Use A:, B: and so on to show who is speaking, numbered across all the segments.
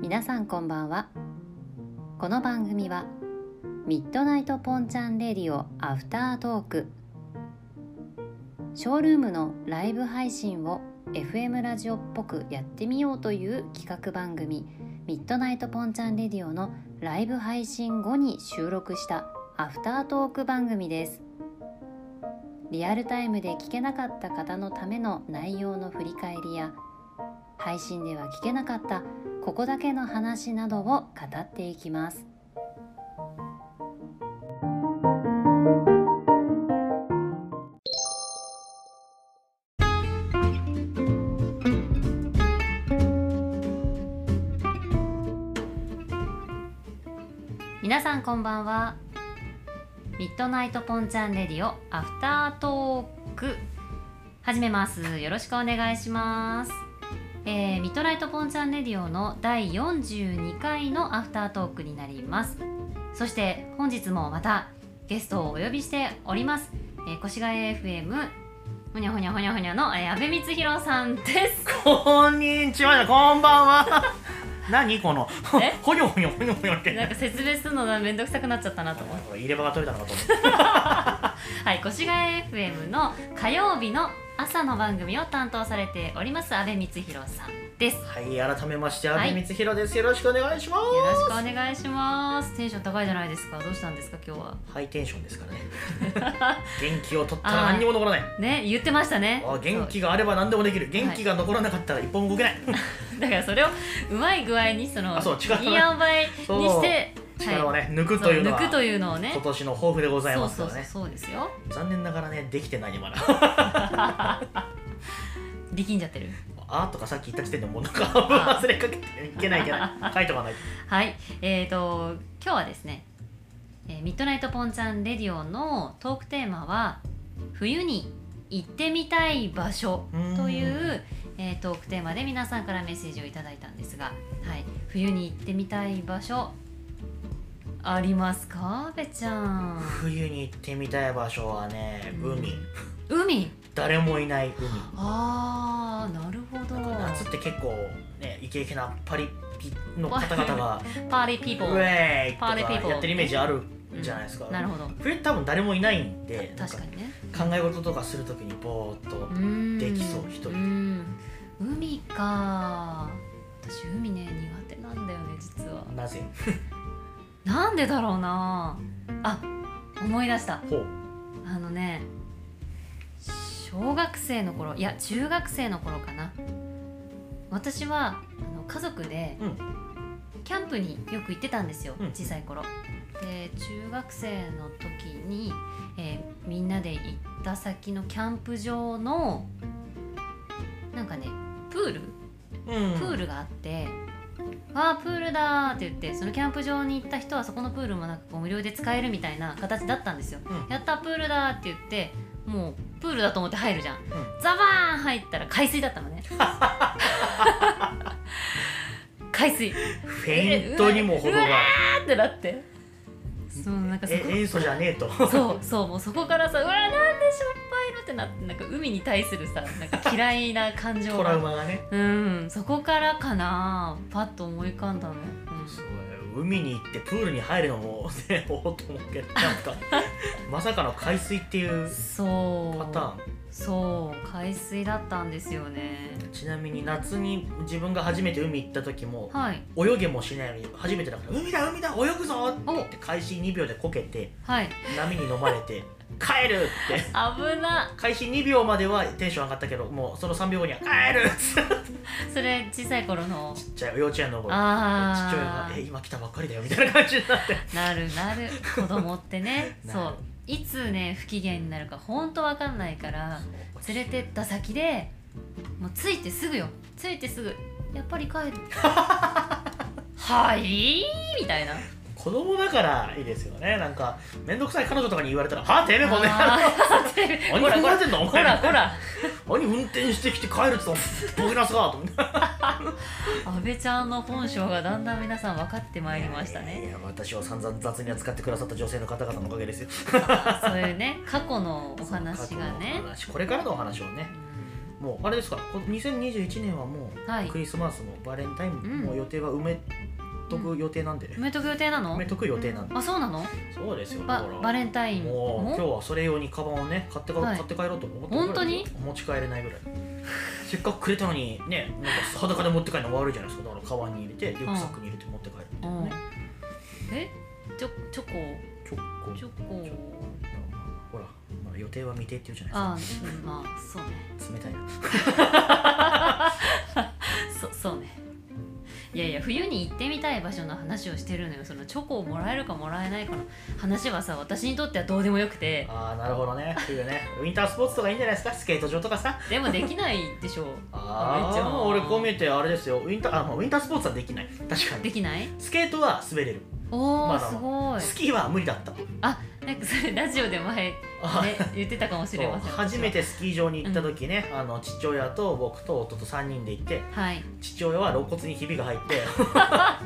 A: 皆さんこんばんはこの番組はミッドナイトポンチャンレディオアフタートークショールームのライブ配信を FM ラジオっぽくやってみようという企画番組ミッドナイトポンチャンレディオのライブ配信後に収録したアフタートーク番組ですリアルタイムで聞けなかった方のための内容の振り返りや配信では聞けなかったここだけの話などを語っていきます皆さんこんばんはミッドナイトポンチャンレディオアフタートーク始めますよろしくお願いしますえーミッドナイトポンチャンレディオの第42回のアフタートークになりますそして本日もまたゲストをお呼びしております、えー、越谷 FM ほにゃほにゃほにゃほにゃの、えー、安倍光弘さんです
B: こんにちは、こんばん は。何この
A: え、
B: ほにょほにょほにょほにょって。
A: なんか説明するのがめんどくさくなっちゃったなと思って
B: 入れ歯が取れたのかと思って。
A: はい、越谷 FM の火曜日の朝の番組を担当されております阿部光弘さんです。よ
B: はい、改めまして、阿
A: はい
B: 部光弘です。よろしくお願いしま
A: ろしくお願いします。テンション高いじゃないですか。どうしたんですか今日は。
B: す。ハイテンションですからね。 元気を取ったら何にも残らない。
A: ね、言ってましたね。
B: あ元気があれば何でもできる。元気が残らなかったら一本も動けない。
A: そうだからそれをうまい具合にその
B: あそう力
A: いい塩梅にして
B: 力を
A: はい
B: ね、抜くというのは
A: そう抜くというのをね。
B: 今年の抱負でございますからね。
A: そうそうそうそうですよ。
B: 残念ながらね、できてないまだ。
A: 力んじゃってる。
B: あーとかさっき言った時点でもうなんか忘れかけていけないい けない。書いとかないと。
A: はい、えー、と今日はですね、えーミッドナイトポンチャンレディオのトークテーマは冬に行ってみたい場所
B: うん
A: という、えートークテーマで皆さんからメッセージをいただいたんですが、はい、冬に行ってみたい場所ありますかべちゃん
B: 冬に行ってみたい場所はね海
A: 海
B: 誰もいない
A: あーなるほど
B: 海夏って結構ねイケイケなパリピの方々が
A: パーティー ピー
B: ウ
A: ポー
B: ェーイと
A: パーティーピーポ
B: か
A: ー
B: やってるイメージあるじゃないですか、
A: なるほど
B: 冬って多分誰もいないんでなん
A: 確かにね
B: か考え事とかするときにぼーっとで
A: で
B: きそう一人
A: 海か私海ね苦手なんだよね実は
B: なぜ
A: なんでだろうなあ思い出した
B: ほう
A: あのね小学生の頃いや中学生の頃かな私はあの家族で、
B: うん
A: キャンプによく行ってたんですよ、
B: うん
A: 小さい頃で中学生の時に、えーみんなで行った先のキャンプ場のなんかねプール
B: うん
A: プールがあって「わあプールだ!」って言ってそのキャンプ場に行った人はそこのプールもなんかこう無料で使えるみたいな形だったんですよ。
B: うん
A: やったプールだって言ってもうプールだと思って入るじゃん、
B: ん
A: ザバーン入ったら海水だったの ね海水あ
B: フェイントにも程が
A: ーってなってそうなんかそ
B: え
A: こ
B: 塩素じゃねえ と
A: そうそうもうそこからさうわなんでしょっぱいのってなってなんか海に対するさなんか嫌いな感情
B: トラウ
A: が
B: マがね
A: うんそこからかなパッと思い浮かんだの、うん
B: すごい海に行ってプールに入るのもね おおっと思うけどなん かまさかの海水っていう
A: そう
B: パターン
A: そう海水だったんですよね
B: ちなみに夏に自分が初めて海行った時も
A: はい
B: 泳げもしないのに初めてだから「海だ海だ泳ぐぞ!」って言って開始2秒でこけて
A: はい
B: 波に飲まれて 「帰る!」って
A: 危な
B: 開始2秒まではテンション上がったけどもうその3秒後には「帰る!」 っ
A: それ小さい頃の
B: つってちっちゃい幼稚園の頃父親
A: あ
B: が「え
A: あ
B: 今来たばっかりだよ」みたいな感じになって
A: なるなる子供ってね
B: なる
A: そういつね不機嫌になるか本当わかんないから連れてった先でもうついてすぐよついてすぐやっぱり 帰るはいみたいな
B: 子供だからいいですよねなんか面倒くさい彼女とかに言われたら「はあてめえこんな
A: あ ー
B: 何
A: ほら
B: 考
A: ほら
B: えてんだお
A: ほ
B: 前
A: らほら
B: 何運転してきて帰る」って言ったら「僕なすか」と思って。
A: 安倍ちゃんの本性がだんだん皆さん分かってまいりました
B: いやい
A: ね
B: や私を散々雑に扱ってくださった女性の方々のおかげですよ
A: そういうね過去のお話が
B: 過去
A: ね
B: のお話これからのお話をね
A: うん
B: もうあれですからこの2021年はも
A: は
B: う
A: い
B: クリスマスもバレンタインも
A: うん
B: もう予定は埋めとく予定なんで、
A: 埋めとく予定な
B: 埋
A: の
B: めとく予定なんで
A: あそうなの
B: そうですよだ
A: バ
B: から
A: バレンタイン
B: もう今日
A: も
B: はそれ用にカバンをね買ってか、
A: はい
B: 買って帰ろうと思って
A: 本当に
B: 持ち帰れないぐ らいせっかくくれたのにねなんか裸で持って帰るの悪いじゃないですかだからカバンに入れてリュックサックに入れて持って帰るみたいなね
A: えチョチョコ
B: ちょっこ
A: チョコ
B: ちょほら、まあ、予定は未定って言うじゃない
A: あうんまあそうね
B: ですか冷たいな
A: そそうねいやいや冬に行ってみたい場所の話をしてるのよそのチョコをもらえるかもらえないかの話はさ私にとってはどうでもよくて
B: ああなるほどね冬ねウィンタースポーツとかいいんじゃないですかスケート場とかさ
A: でもできないでしょ
B: あ
A: めっちゃ
B: あ俺こう見えてあれですよウィンターあ、まあ、ウィンタースポーツはできない確か
A: で
B: に
A: きない
B: スケートは滑れる
A: お
B: ま
A: ー
B: だ
A: すごい
B: スキーは無理だった
A: なんかそれラジオで前ね
B: あ
A: 言ってたかもしれません
B: そう初めてスキー場に行った時ね、あの父親と僕と弟と3人で行って
A: はい
B: 父親は肋骨にひびが入って 僕は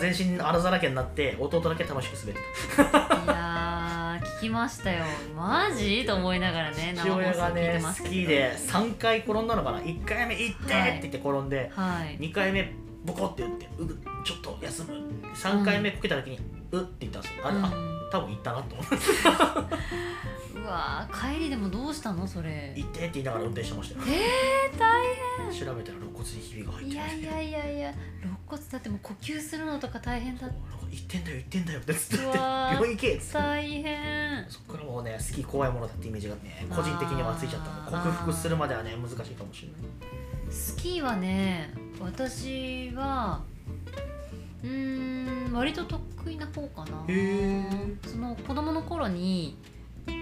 B: 全身あらざらけになって弟だけ楽しく滑って
A: いやー聞きましたよマジと思いながらね
B: た父親が
A: 聞いて
B: ね
A: ま
B: ス
A: す
B: キ
A: けど
B: ーで3回転んだのかな1回目行ってって言って転んで、
A: はい
B: 2回目ボコって打ってうぐちょっと休む3回目こけた時に、うって言ったんですよあれ、
A: うん
B: あ多分行ったなと思って
A: うわー帰りでもどうしたのそれ
B: 行ってって言いながら運転してましたよ
A: えー、大
B: 調べたら肋骨にひびが入っ
A: 変い
B: てま
A: や
B: した
A: いやいやいや肋骨だってもう呼吸するのとか大変だ
B: なんか行ってんだよ行ってんだよってずっと言って
A: うわー
B: 病院行けっつって
A: 大変
B: そこからもうねスキー怖いものだってイメージがね個人的にはついちゃった
A: あー
B: 克服するまではね難しいかもしれない
A: スキーはね私はうーん割と得意な方かな
B: へー
A: その子供の頃に、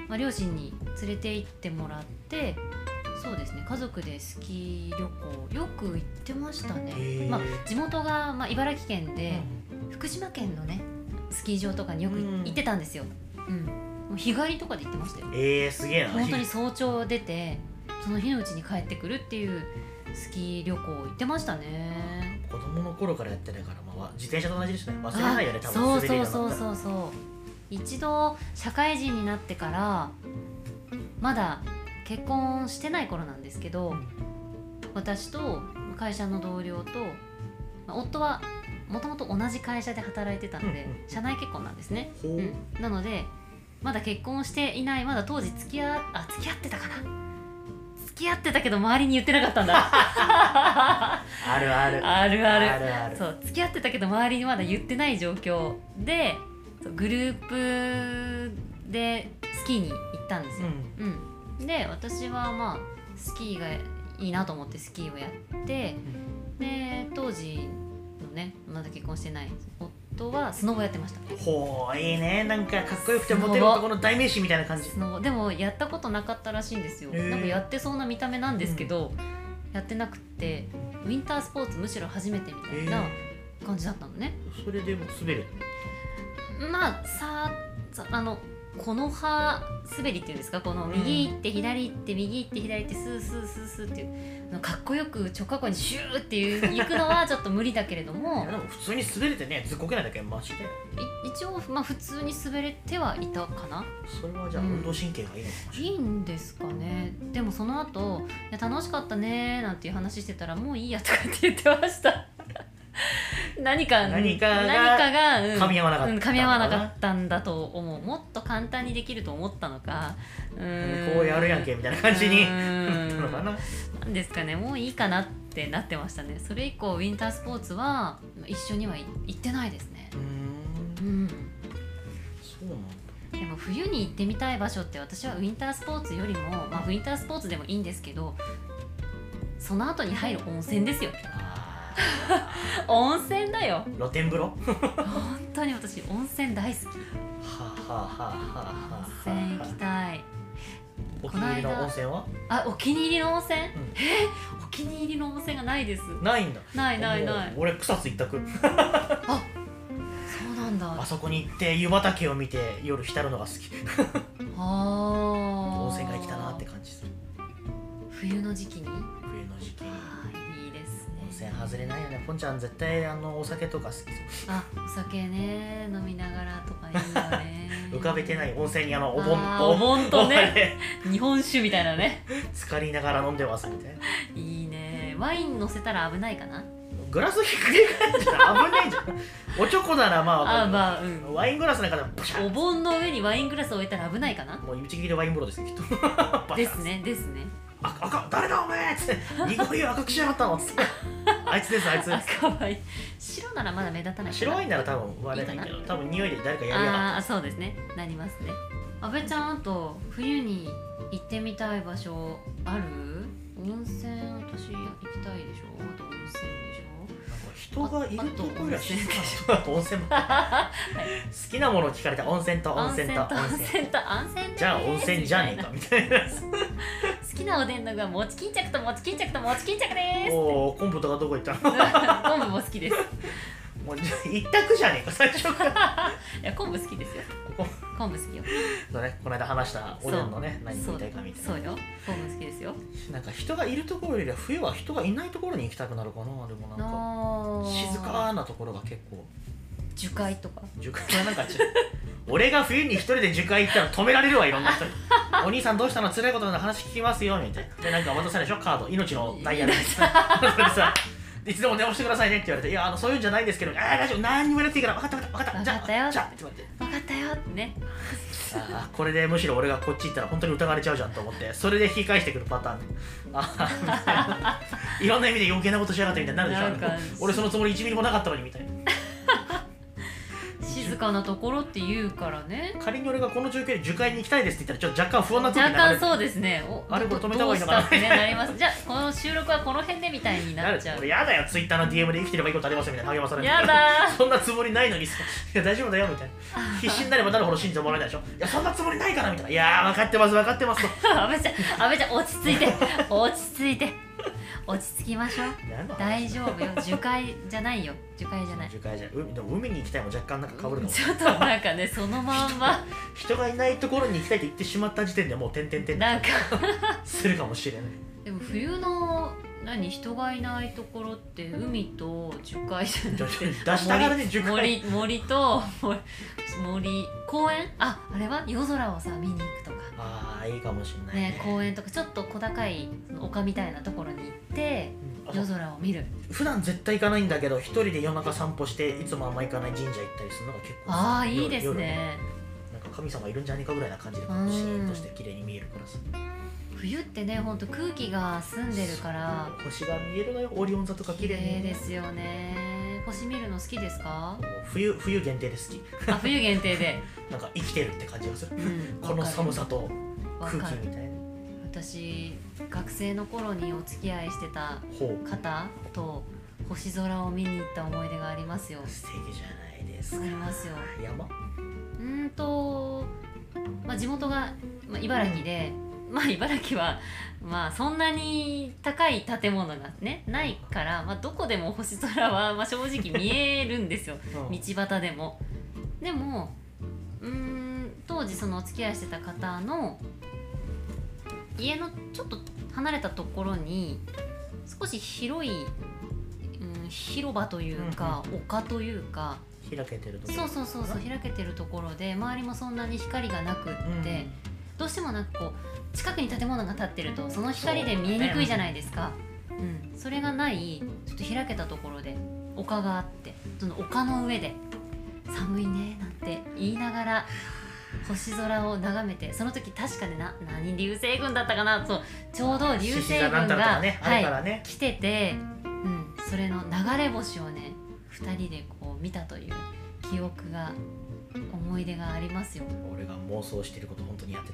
A: まあ、両親に連れて行ってもらってそうですね家族でスキー旅行よく行ってましたね
B: へー、
A: まあ、地元が、まあ、茨城県で、福島県のねスキー場とかによく
B: うん
A: 行ってたんですよ、うんもう日帰りとかで行ってましたよ
B: えー、すげえな
A: 本当に早朝出てその日のうちに帰ってくるっていうスキー旅行行ってましたね
B: 子供の頃からやってないから、まあ、自転車と同じですね忘れないよね
A: あ
B: 多
A: そ
B: 分
A: う
B: 滑れる
A: そ
B: よ
A: う
B: うに
A: そうそ
B: なったら
A: うそう一度社会人になってからまだ結婚してない頃なんですけど、
B: うん
A: 私と会社の同僚と、まあ夫はもともと同じ会社で働いてたので、
B: うんうん
A: 社内結婚なんですね
B: ほう
A: うん、なのでまだ結婚していないまだ当時付き合あ付き合ってたかな付き合ってたけど周りに言ってなかったんだ
B: あるある
A: あるある
B: あるある
A: そう付き合ってたけど周りにまだ言ってない状況でそうグループでスキーに行ったんです
B: う
A: よ、
B: ん
A: うんで私はまあスキーがいいなと思ってスキーをやって、で当時のねまだ結婚してない夫はスノボやってました
B: ほういいねなんかかっこよくてモテる男の代名詞みたいな感じ
A: スノボでもやったことなかったらしいんですよ、
B: へー
A: なんかやってそうな見た目なんですけど、やってなくってウィンタースポーツむしろ初めてみたいな感じだったのね、
B: それでもう滑る
A: まあささあのこの葉滑りっていうんですかこの右行って左行って右行って左行ってスースースースーっていうあのかっこよく直角にシューっていう行くのはちょっと無理だけれど
B: い
A: も
B: やでも普通に滑れてねずっこけないだけマジで
A: い一応、まあ、普通に滑れてはいたかな
B: それはじゃあ
A: うん
B: 運動神経がいいのかもしれ
A: い
B: ない
A: いんですかねでもその後いや楽しかったね」なんていう話してたら「もういいや」とかって言ってました 何か
B: 何かが
A: 何かが、うん
B: 噛み合わなかった
A: うん噛み合わなかったんだと思うもっと簡単にできると思ったのかうーん
B: こうやるやんけみたいな感じに
A: うー
B: なったのか
A: ん
B: な
A: なんですかねもういいかなってなってましたねそれ以降ウィンタースポーツは一緒には行ってないですね
B: うーん
A: うん
B: そうなんだ
A: でも冬に行ってみたい場所って私はウィンタースポーツよりも、まあ、ウィンタースポーツでもいいんですけどその後に入る温泉です よ
B: あ
A: 温泉だよ
B: ー露天風呂は
A: 本当に私温泉大好き
B: あはあはあはあ
A: 温泉
B: は
A: 行き
B: あ
A: たい
B: お気に入りの
A: この間
B: 温泉は
A: あお気に入りの温泉、えお気に入りの温泉がないです
B: ないんだ
A: ないないな
B: も
A: いう
B: 俺草津一択
A: そうなんだ
B: あ
A: あ
B: そこに行って湯畑を見て夜浸るのが好き
A: あ
B: 温泉が来たなって感じする
A: 冬の時期に
B: 冬の時期に
A: あーいいですね
B: 温泉外れないよねポンちゃん絶対あのお酒とか好きそう
A: あお酒ね飲みながらとかいいよね
B: 浮かべてない温泉にあ のお盆
A: あー
B: と
A: お盆とね日本酒みたいなね
B: 浸かりながら飲んでますみたいない
A: いねワイン乗せたら危ないかな
B: グラスひっくり返ったら危ないじゃんおちょこならまあわかる
A: あまあうん
B: ワイングラスなんかでブシャ
A: お
B: ッ
A: 盆の上にワイングラスを置いたら危ないかな
B: もう一撃でワイン風呂です よきっとバシ
A: で
B: ャッ
A: すねですね
B: あ赤誰だおめえっつって濁りを赤くしやがったのっつって あいつですあいつ
A: あかわいい白ならまだ目立たない
B: 白ワイ
A: い
B: ンなら多分割れないけど
A: いいか
B: 多分匂いで誰かやりやがっ
A: ああーそうですねなりますね阿部ちゃんあと冬に行ってみたい場所ある温泉私行きたいでしょあと温泉でしょ
B: たなんか人がいるとこよりは静かな 温泉好きなものを聞かれた温泉と 温泉と温
A: 温
B: 泉
A: 泉と温泉ね
B: じゃあ温泉じゃねえかみた いな
A: 好きなおでんの具は餅巾着と餅巾着と餅巾着です
B: おお昆布とかどこ行ったの
A: 昆布も好きです
B: もう一択じゃねえか最初から
A: いや昆布好きですよ
B: こ
A: 昆布好きよ
B: のねこの間話したおでんのね何言いたいかみたい
A: そ
B: な
A: うよ昆布好きですよ
B: なんか人がいるところよりは冬は人がいないところに行きたくなるかなでもなんか
A: あー
B: 静かなところが結構
A: 樹海とか
B: 樹海はなんかちょ俺が冬に一人で樹海行ったら止められるわいろんな人にお兄さんどうしたの辛いことなんで話聞きますよみたいなでなんか渡さないでしょカード命のダイヤルそれでさいつでも電話してくださいねって言われて「いやあのそういうんじゃないんですけど」「ああ大丈夫何にもやらなくていいから分かった分かった分かったじゃ
A: わか
B: あ
A: ったよ
B: じゃあ」って言われて
A: 分かったよってね
B: あーこれでむしろ俺がこっち行ったら本当に疑われちゃうじゃんと思ってそれで引き返してくるパターンねあーいろんな意味で余計なことしやがってみたいになるでしょ
A: なんか
B: 俺そのつもり1ミリもなかったのにみたいな
A: 静かなところって言うからね
B: 仮に俺がこの中継で樹海に行きたいですって言ったらちょっと若干不安な時
A: 若
B: にな
A: 干
B: る
A: そうですねお
B: あれこれ
A: ど
B: 止めた方がいいのかな
A: どうしたってねなりますじゃあこの収録はこの辺でみたいになっちゃう
B: 俺やだよツイッターの DM で生きてればいいことありますよみたいな励まされる
A: やだー
B: そんなつもりないのにさ「いや大丈夫だよ」みたいな必死になればなるほど信じてもらえないでしょ「いやそんなつもりないから」みたいな「いやー分かってます分かってます」と
A: 阿部ちゃん阿部ちゃん落ち着いて落ち着いて落ち着きましょう
B: 何の話
A: 大丈夫よ樹海じゃないよ樹海じゃない
B: 樹海じゃん海でも海に行きたいも若干なんか被るかも
A: ちょっとなんかねそのまんま
B: 人がいないところに行きたいって言ってしまった時点でもう点々点々
A: なんか
B: するかもしれない
A: でも冬の何人がいないところって海と樹海じゃな
B: ちょ
A: く
B: ちょ
A: て
B: 出したがらね樹海
A: 森森森と森森公園ああれは夜空をさ見に行くとか、
B: ああいいかもしれないね
A: ね、公園とかちょっと小高い丘みたいなところに行って
B: うんあ
A: 夜空を見る
B: 普段絶対行かないんだけど一人で夜中散歩していつもあんま行かない神社行ったりするのが結構
A: ああいいです
B: 夜
A: ね
B: 夜なんか神様いるんじゃねえかぐらいな感じでこ
A: う
B: うんシーンとして綺麗に見えるからさ
A: 冬ってねほんと空気が澄んでるから
B: 星が見えるのよオリオン座とか
A: 綺
B: 綺麗
A: 麗
B: に
A: ですよね星見るの好きですか
B: もう冬冬限定で好
A: あ冬限定で、
B: きなんか生きてるって感じがす
A: う
B: る
A: ん、
B: この寒さと
A: わ
B: 空
A: かる
B: 気みたいな
A: 私学生の頃にお付き合いしてた
B: ほう
A: 方と星空を見に行った思い出がありますよ
B: 素敵じゃないです
A: あ
B: か
A: りますよ
B: 山
A: うーんと、まあ、地元が、まあ、茨城でまあ茨城はまあそんなに高い建物がねないから、まあ、どこでも星空は、まあ、正直見えるんですよ
B: うん
A: 道端でもでもうーん当時そのお付き合いしてた方の家のちょっと離れたところに少し広い、うん、広場というか、丘というか
B: 開けてるとこ
A: そうそうそうそう開けてるところで周りもそんなに光がなくって、
B: うん
A: どうしてもなんかこう近くに建物が建ってるとその光で見えにくいじゃないですかそ,、うん、それがないちょっと開けたところで丘があってその丘の上で寒いねなんて言いながら星空を眺めてその時確かねな何流星群だったかなそうちょうど流星
B: 獅
A: 群
B: 子座なんたらと
A: が、
B: かね、あ
A: は
B: るか
A: い、
B: らね
A: 来てて、うん、それの流れ星をね2人でこう見たという記憶が思い出がありますよ。
B: 俺が妄想してること本当にやって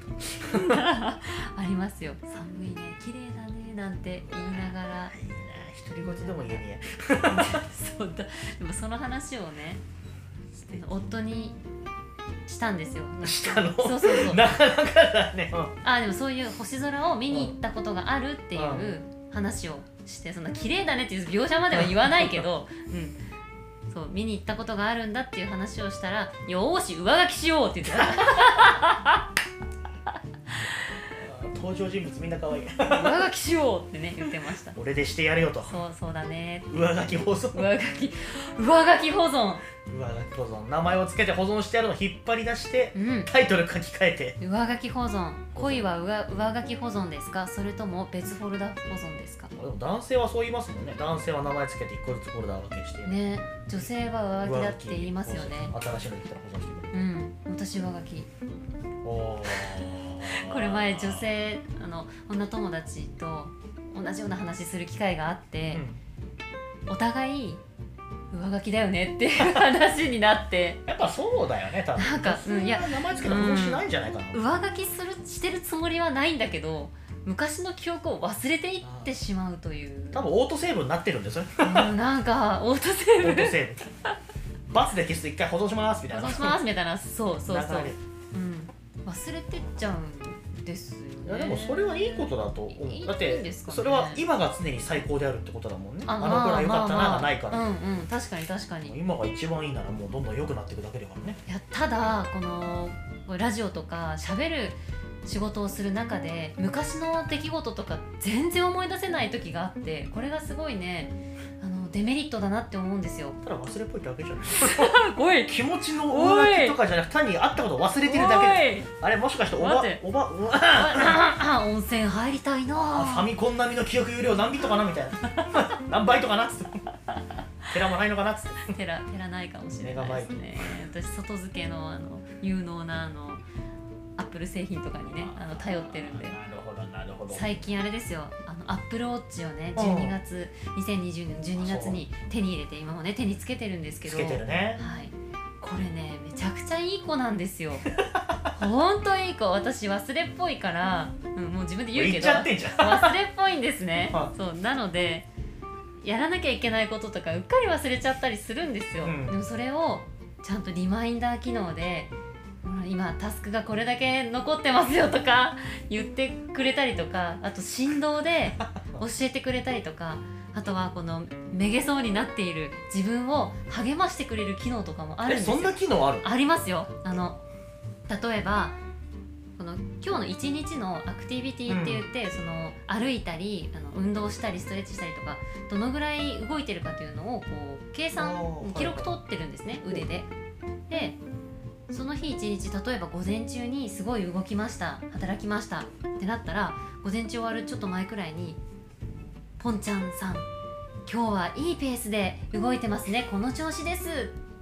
B: た
A: ありますよ寒いね綺麗だねなんて言いながら
B: いいな独り言でも言えね
A: そうだでもその話をね
B: え
A: 夫にしたん ですよ
B: したの
A: そうそうそう
B: なかなかだねうん
A: あでもそういう星空を見に行ったことがあるっていうう話をしてそんな綺麗だねっていう描写までは言わないけ ど、うん、そう見に行ったことがあるんだっていう話をしたら「よーし上書きしよう」って言ってた
B: 当登場人物みんな可愛い
A: 上書きしようってね言ってました
B: 俺でしてやるよと
A: そうそうだね
B: 上書き保存
A: 上書き上書き保存
B: 上書き保存名前を付けて保存してあるのを引っ張り出して
A: うん
B: タイトル書き換えて
A: 上書き保存恋は上上書き保存ですかそれとも別フォルダ保存ですか
B: でも男性はそう言いますもんね男性は名前付けて一個ずつフォルダ分けして、
A: ね女性は上書きだって言いますよね
B: 上書き新しいの来たら保存してくれる
A: うん私上書き
B: おー
A: これ前女性あの女友達と同じような話する機会があって、
B: うん
A: お互い上書きだよねっていう話になって
B: やっぱそうだよね多分
A: なんかうんいや
B: そんな名前付けて保存しないんじゃないかな、
A: 上書きするしてるつもりはないんだけど昔の記憶を忘れていってしまうという
B: 多分オートセーブになってるんですよね
A: うんなんかオートセ
B: オ
A: ー
B: ート
A: ブ
B: セーブバツで消すと一回保存しますみたい
A: 保
B: な
A: 存しますみたいなそうそう
B: な
A: そ
B: かな
A: う
B: か、
A: うん、忘れてっちゃうんですよね
B: いやでもそれはいいことだと思
A: いいう
B: だっ
A: いいん
B: て
A: ですかね
B: それは今が常に最高であるってことだもんねあの
A: ま
B: 頃は良かったな
A: ま
B: が
A: あ
B: ないから、
A: うんうん確かに確かに
B: 今が一番いいならもうどんどん良くなっていくだけだからね
A: いやただこのラジオとか喋る仕事をする中で昔の出来事とか全然思い出せない時があってこれがすごいねあのデメリットだなって思うんですよ。
B: ただ忘れっぽいだけじゃない
A: おい
B: 気持ちの上書きとかじゃなく単にあったことを忘れてるだけで
A: い
B: あれもしかしておば
A: 待って
B: おばおば
A: 温泉入りたい
B: あファ
A: な
B: ミコン並みの記憶容量何ビットかなみたいな 何バイトかなっつって寺もないのかなっつって
A: てらてらないかもしれないですね私外付けのあの有能なあのアップル製品とかにねあの頼ってるんで
B: なるほどなるほど
A: 最近あれですよあのアップルウォッチをね
B: うん
A: 12月2020年12月に手に入れて今もね手につけてるんですけ
B: つ
A: ど
B: けてるね
A: はい、これねめちゃくちゃいい子なんです よほんといい子私忘れっぽいから、うん、もう自分で言う
B: 言
A: け
B: っ
A: ど
B: ちゃってんじゃん
A: 忘れっぽいんですね
B: は
A: そうなのでやらなきゃいけないこととかうっかり忘れちゃったりするんですよ、
B: うん
A: でもそれをちゃんとリマインダー機能でほら今タスクがこれだけ残ってますよとか 言ってくれたりとかあと振動 で教えてくれたりとかあとはこのめげそうになっている自分を励ましてくれる機能とかもあるん
B: え
A: ですよ
B: そんな機能ある
A: ありますよあの例えばこの今日の一日のアクティビティって言って、その歩いたりあの運動したりストレッチしたりとかどのぐらい動いてるかというのをこう計算
B: おー
A: 記録取ってるんですね腕で。でその日一日例えば午前中にすごい動きました働きましたってなったら午前中終わるちょっと前くらいに「ポンちゃんさん今日はいいペースで動いてますねこの調子です」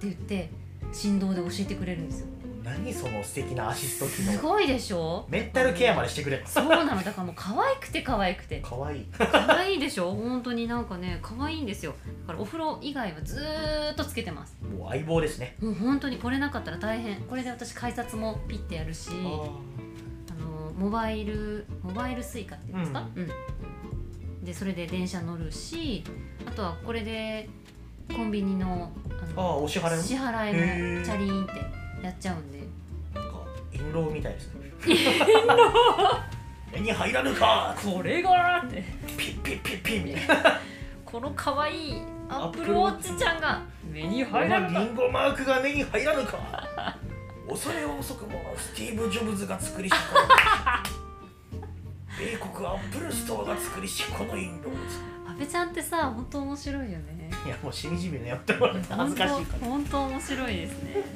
A: って言って振動で教えてくれるんですよ
B: 何その素敵なアシスト機
A: す
B: 能
A: ごいでしょ
B: メンタルケアまでしてくれる
A: そうなのだからもう可愛くて可愛くて
B: かわいい
A: 可愛いでしょ本当になんかね可愛いんですよだからお風呂以外はずーっとつけてます
B: もう相棒ですね
A: もう本当にこれなかったら大変これで私改札もピッてやるしあのモバイルモバイルスイカっていうんですか、うんでそれで電車乗るしあとはこれでコンビニの
B: ああお支払いも
A: 支払い
B: へ
A: も
B: ー
A: チャリーンってやっちゃうんで
B: なんか印籠みたいですね目に入らぬか
A: これがって
B: ピッピッピッピッみたい
A: この可愛いア
B: ア
A: ッ
B: ッ
A: プ
B: プ
A: ル
B: ル
A: ウ
B: ウ
A: ォ
B: ォ
A: ッ
B: ッ
A: チちゃんが目に
B: な
A: 入らな
B: この
A: か
B: リンゴマークが目に入らぬか恐れ遅くもスティーブ・ジョブズが作りしこの米国アップルストアが作りしこの印籠
A: 阿部ちゃんってさ本当面白いよね
B: いやもうしみじみねやってもらって恥ずかしいから
A: 本当本当面白いですねなんか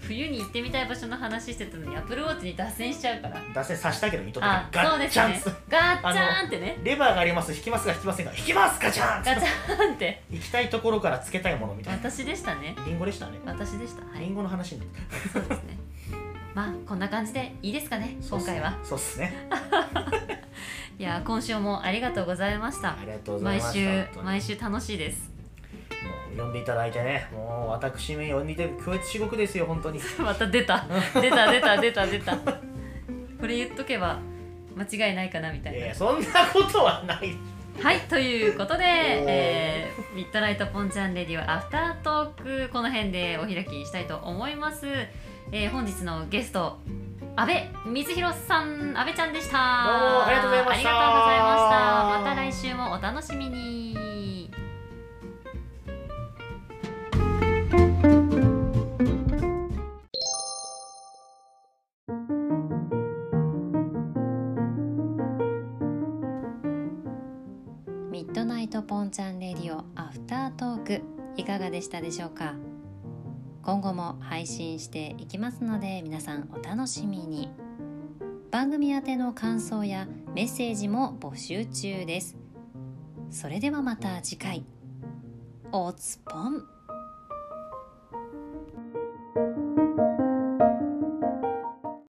A: 冬に行ってみたい場所の話してたのにアップルウォッチに脱線しちゃうから
B: 脱線さしたけど意図的に
A: あ
B: ガ
A: そう
B: ッ
A: です
B: チャン
A: ね
B: ス
A: ガッチャーンってね
B: レバーがあります引きますが引きませんが引きますガチャン
A: ガチャーンって
B: 行きたいところからつけたいものみたいな
A: 私でしたね
B: リンゴでしたね
A: 私でしたは
B: リ
A: い
B: ンゴの話になった
A: そうですねまあこんな感じでいいですかね今回は
B: そうっすね
A: いやー今週もありがとうございました
B: ありがとうござい
A: 毎
B: ます
A: 週
B: 本当に
A: 毎週楽しいです
B: もう呼んでいただいてねもう私め呼んでいただいて恐悦至極ですよ本当に
A: また出た出た出た出た出たこれ言っとけば間違いないかなみた
B: い
A: い
B: やいや
A: な
B: そんなことはない
A: はいということで、
B: おー
A: えーミッドナイトポンちゃんレディオアフタートークこの辺でお開きにしたいと思います、えー本日のゲスト阿部光弘さん阿部ちゃんでしたどう
B: もありがとうございま
A: あ
B: した
A: りがとうございましたまた来週もお楽しみにミッドナイトポンチャンレディオアフタートークいかがでしたでしょうか今後も配信していきますので皆さんお楽しみに番組宛ての感想やメッセージも募集中ですそれではまた次回おつぽん